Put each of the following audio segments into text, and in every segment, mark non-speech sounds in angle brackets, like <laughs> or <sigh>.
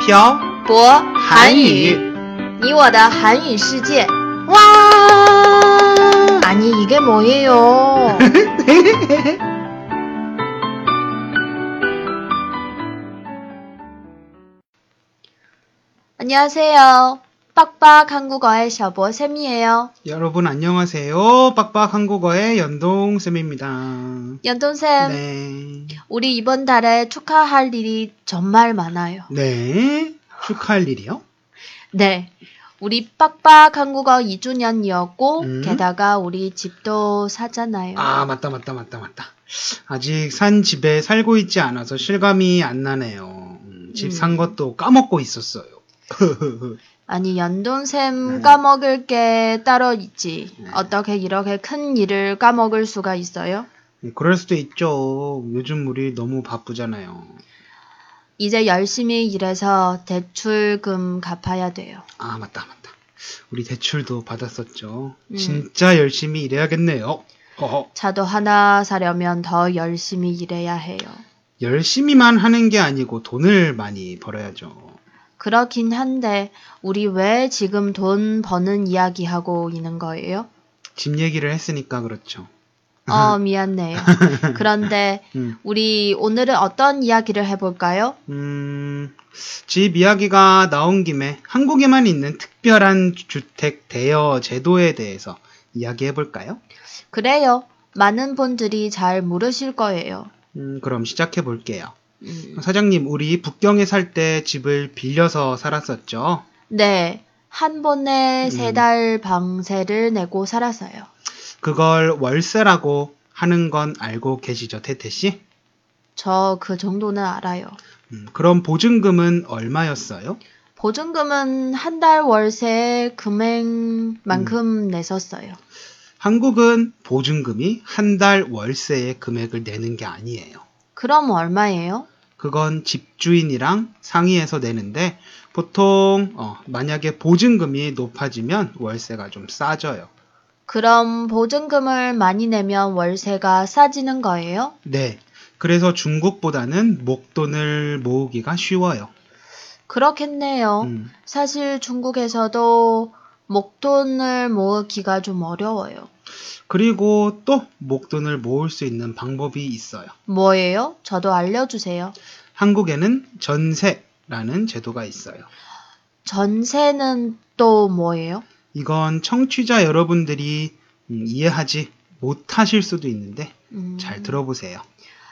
朴博韩语你我的韩语世界。哇！ 아니 이게 뭐예요? <laughs> 안녕하세요. 빡빡 한국어의 셔보 쌤이에요. 여러분 안녕하세요. 빡빡 한국어의 연동 쌤입니다. 연돈 쌤, 네. 우리 이번 달에 축하할 일이 정말 많아요. 네. 축하할 일이요? 네. 우리 빡빡 한국어 2주년이었고 음. 게다가 우리 집도 사잖아요. 아, 맞다 맞다 맞다 맞다. 아직 산 집에 살고 있지 않아서 실감이 안 나네요. 음. 집 산 것도 까먹고 있었어요. <laughs> 아니 연돈샘 네. 까먹을 게 따로 있지. 네. 어떻게 이렇게 큰 일을 까먹을 수가 있어요? 네, 그럴 수도 있죠. 요즘 우리 너무 바쁘잖아요. 이제 열심히 일해서 대출금 갚아야 돼요. 아, 맞다 맞다. 우리 대출도 받았었죠. 음. 진짜 열심히 일해야겠네요. 허허. 차도 하나 사려면 더 열심히 일해야 해요. 열심히만 하는 게 아니고 돈을 많이 벌어야죠. 그렇긴 한데 우리 왜 지금 돈 버는 이야기하고 <laughs> 있는 거예요? 집 얘기를 했으니까 그렇죠. 어 미안해요. 그런데 음. 우리 오늘은 어떤 이야기를 해볼까요? 음, 집 이야기가 나온 김에 한국에만 있는 특별한 주택 대여 제도에 대해서 이야기해 볼까요? 그래요. 많은 분들이 잘 모르실 거예요. 음, 그럼 시작해 볼게요. 음. 사장님, 우리 북경에 살 때 집을 빌려서 살았었죠. 네. 한 번에 음. 세 달 방세를 내고 살았어요. 그걸 월세라고 하는 건 알고 계시죠, 태태 씨? 저 그 정도는 알아요. 음, 그럼 보증금은 얼마였어요? 보증금은 한 달 월세 음. 금액만큼 냈었어요. 한국은 보증금이 한 달 월세의 금액을 내는 게 아니에요. 그럼 얼마예요? 그건 집주인이랑 상의해서 내는데 보통 어, 만약에 보증금이 높아지면 월세가 좀 싸져요. 그럼 보증금을 많이 내면 월세가 싸지는 거예요? 네. 그래서 중국보다는 목돈을 모으기가 쉬워요. 그렇겠네요. 음, 사실 중국에서도 목돈을 모으기가 좀 어려워요. 그리고 또 목돈을 모을 수 있는 방법이 있어요. 뭐예요? 저도 알려주세요. 한국에는 전세라는 제도가 있어요. 전세는 또 뭐예요? 이건 청취자 여러분들이 음, 이해하지 못하실 수도 있는데 음. 잘 들어보세요.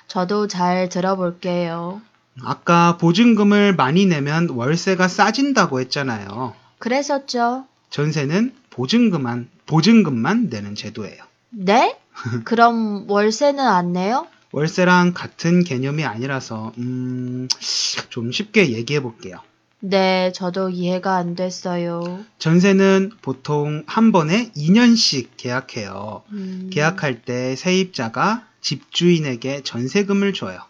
저도 잘 들어볼게요. 아까 보증금을 많이 내면 월세가 싸진다고 했잖아요. 그랬었죠. 전세는 보증금만 보증금만 내는 제도예요. 네? 그럼 월세는 안 내요? 월세랑 같은 개념이 아니라서 음, 좀 쉽게 얘기해 볼게요. 네, 저도 이해가 안 됐어요. 전세는 보통 한 번에 2년씩 계약해요. 음, 계약할 때 세입자가 집주인에게 전세금을 줘요.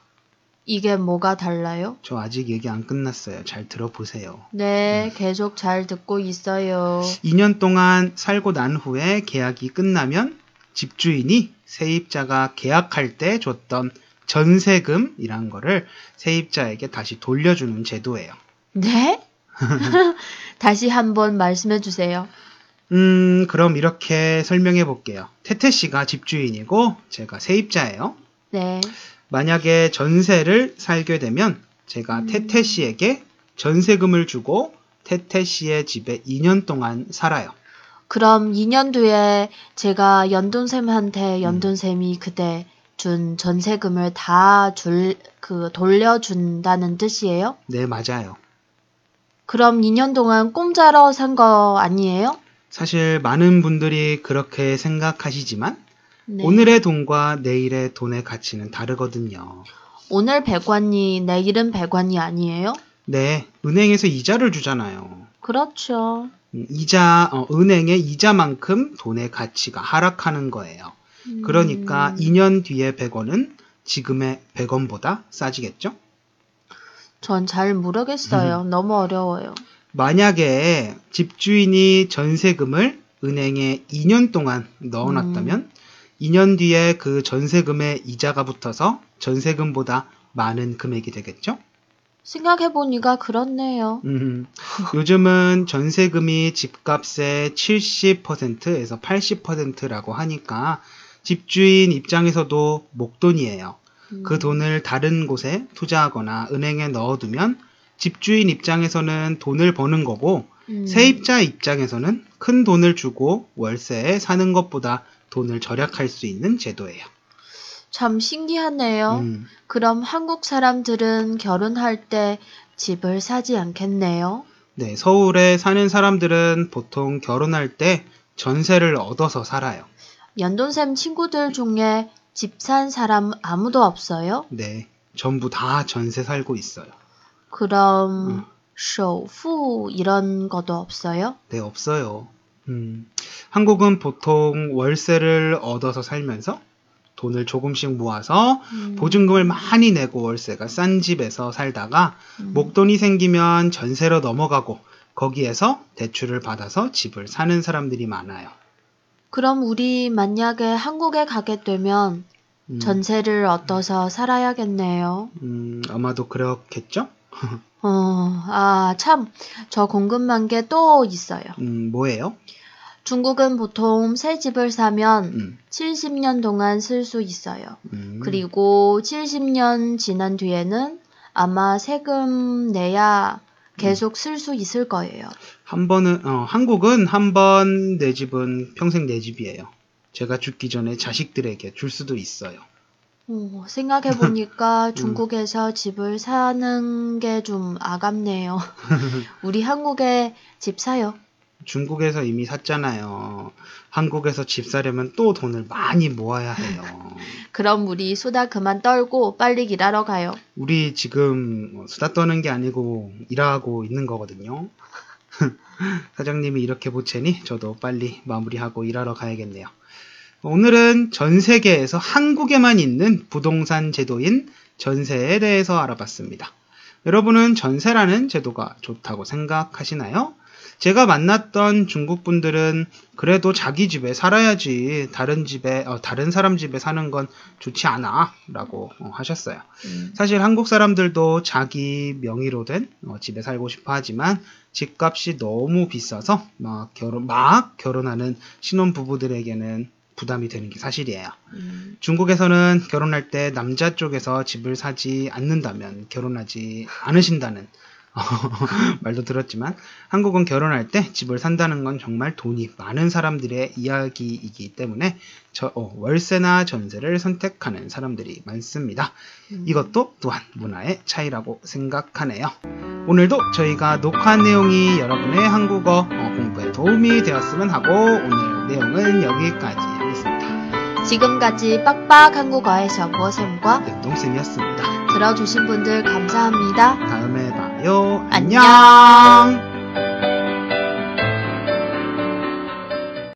이게 뭐가 달라요? 저 아직 얘기 안 끝났어요. 잘 들어보세요. 네, 계속 잘 듣고 있어요. 2년 동안 살고 난 후에 계약이 끝나면 집주인이 세입자가 계약할 때 줬던 전세금이란 거를 세입자에게 다시 돌려주는 제도예요. <laughs> 네? <laughs> 다시 한번 말씀해 주세요. 음, 그럼 이렇게 설명해 볼게요. 태태 씨가 집주인이고 제가 세입자예요. 네. 만약에 전세를 살게 되면 제가 음. 태태 씨에게 전세금을 주고 태태 씨의 집에 2년 동안 살아요. 그럼 2년 뒤에 제가 음. 연돈쌤한테 연돈쌤이 그때 준 전세금을 다 줄, 그, 돌려준다는 뜻이에요? 네, 맞아요. 그럼 2년 동안 공짜로 산 거 아니에요? 사실 많은 분들이 그렇게 생각하시지만 네. 오늘의 돈과 내일의 돈의 가치는 다르거든요. 오늘 100원이 내일은 100원이 아니에요? 네, 은행에서 이자를 주잖아요. 그렇죠. 음, 이자, 어, 은행의 이자만큼 돈의 가치가 하락하는 거예요. 음, 그러니까 2년 뒤에 100원은 지금의 100원보다 싸지겠죠? 전잘 모르겠어요. 음. 너무 어려워요. 만약에 집주인이 전세금을 은행에 2년 동안 넣어놨다면 음. 2년 뒤에 그 전세금에 이자가 붙어서 전세금보다 많은 금액이 되겠죠? 생각해보니까 그렇네요. 음, 요즘은 전세금이 집값의 70%에서 80%라고 하니까 집주인 입장에서도 목돈이에요. 음. 그 돈을 다른 곳에 투자하거나 은행에 넣어두면 집주인 입장에서는 돈을 버는 거고 음. 세입자 입장에서는 큰 돈을 주고 월세에 사는 것보다 돈을 절약할 수 있는 제도예요. 참 신기하네요. 음, 그럼 한국 사람들은 결혼할 때 집을 사지 않겠네요. 네, 서울에 사는 사람들은 보통 결혼할 때 전세를 얻어서 살아요. 연돈샘 친구들 중에 집 산 사람 아무도 없어요? 네, 전부 다 전세 살고 있어요. 그럼 음. 首付 이런 것도 없어요? 네, 없어요. 음, 한국은 보통 월세를 얻어서 살면서 돈을 조금씩 모아서 음, 보증금을 많이 내고 월세가 싼 집에서 살다가 음. 목돈이 생기면 전세로 넘어가고 거기에서 대출을 받아서 집을 사는 사람들이 많아요. 그럼 우리 만약에 한국에 가게 되면 음, 전세를 얻어서 살아야겠네요. 음, 아마도 그렇겠죠? 어, 아, 참. 저 궁금한 게 또 있어요. 음, 뭐예요? 중국은 보통 새 집을 사면 음, 70년 동안 쓸 수 있어요. 음, 그리고 70년 지난 뒤에는 아마 세금 내야 계속 쓸 수 있을 거예요. 한 번은 어, 한국은 한 번 내 집은 평생 내 집이에요. 제가 죽기 전에 자식들에게 줄 수도 있어요. 오, 생각해보니까 중국에서 집을 사는 게 좀 아깝네요. 우리 한국에 집 사요. 중국에서 이미 샀잖아요. 한국에서 집 사려면 또 돈을 많이 모아야 해요. 그럼 우리 수다 그만 떨고 빨리 일하러 가요. 우리 지금 뭐 수다 떠는 게 아니고 일하고 있는 거거든요. <laughs> 사장님이 이렇게 보채니 저도 빨리 마무리하고 일하러 가야겠네요. 오늘은 전 세계에서 한국에만 있는 부동산 제도인 전세에 대해서 알아봤습니다. 여러분은 전세라는 제도가 좋다고 생각하시나요? 제가 만났던 중국 분들은 그래도 자기 집에 살아야지 다른 집에 어, 다른 사람 집에 사는 건 좋지 않아라고 어, 하셨어요. 음. 사실 한국 사람들도 자기 명의로 된 어, 집에 살고 싶어 하지만 집값이 너무 비싸서 막 결혼 막 결혼하는 신혼 부부들에게는 부담이 되는 게 사실이에요. 음. 중국에서는 결혼할 때 남자 쪽에서 집을 사지 않는다면 결혼하지 않으신다는 <laughs> 어, 말도 들었지만 한국은 결혼할 때 집을 산다는 건 정말 돈이 많은 사람들의 이야기이기 때문에 저- 어, 월세나 전세를 선택하는 사람들이 많습니다. 이것도 또한 문화의 차이라고 생각하네요. 오늘도 저희가 녹화한 내용이 여러분의 한국어 어, 공부에 도움이 되었으면 하고 오늘 내용은 여기까지 하겠습니다. 지금까지 빡빡 한국어의 정보샘과 네, 냉동쌤이었습니다. 들어주신 분들 감사합니다. 다음에 봐요. 안녕. 안녕.